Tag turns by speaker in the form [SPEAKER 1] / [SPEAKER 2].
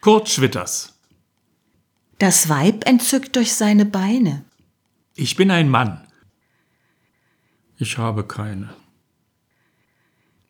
[SPEAKER 1] Kurt Schwitters.
[SPEAKER 2] Das Weib entzückt durch seine Beine.
[SPEAKER 1] Ich bin ein Mann. Ich habe keine.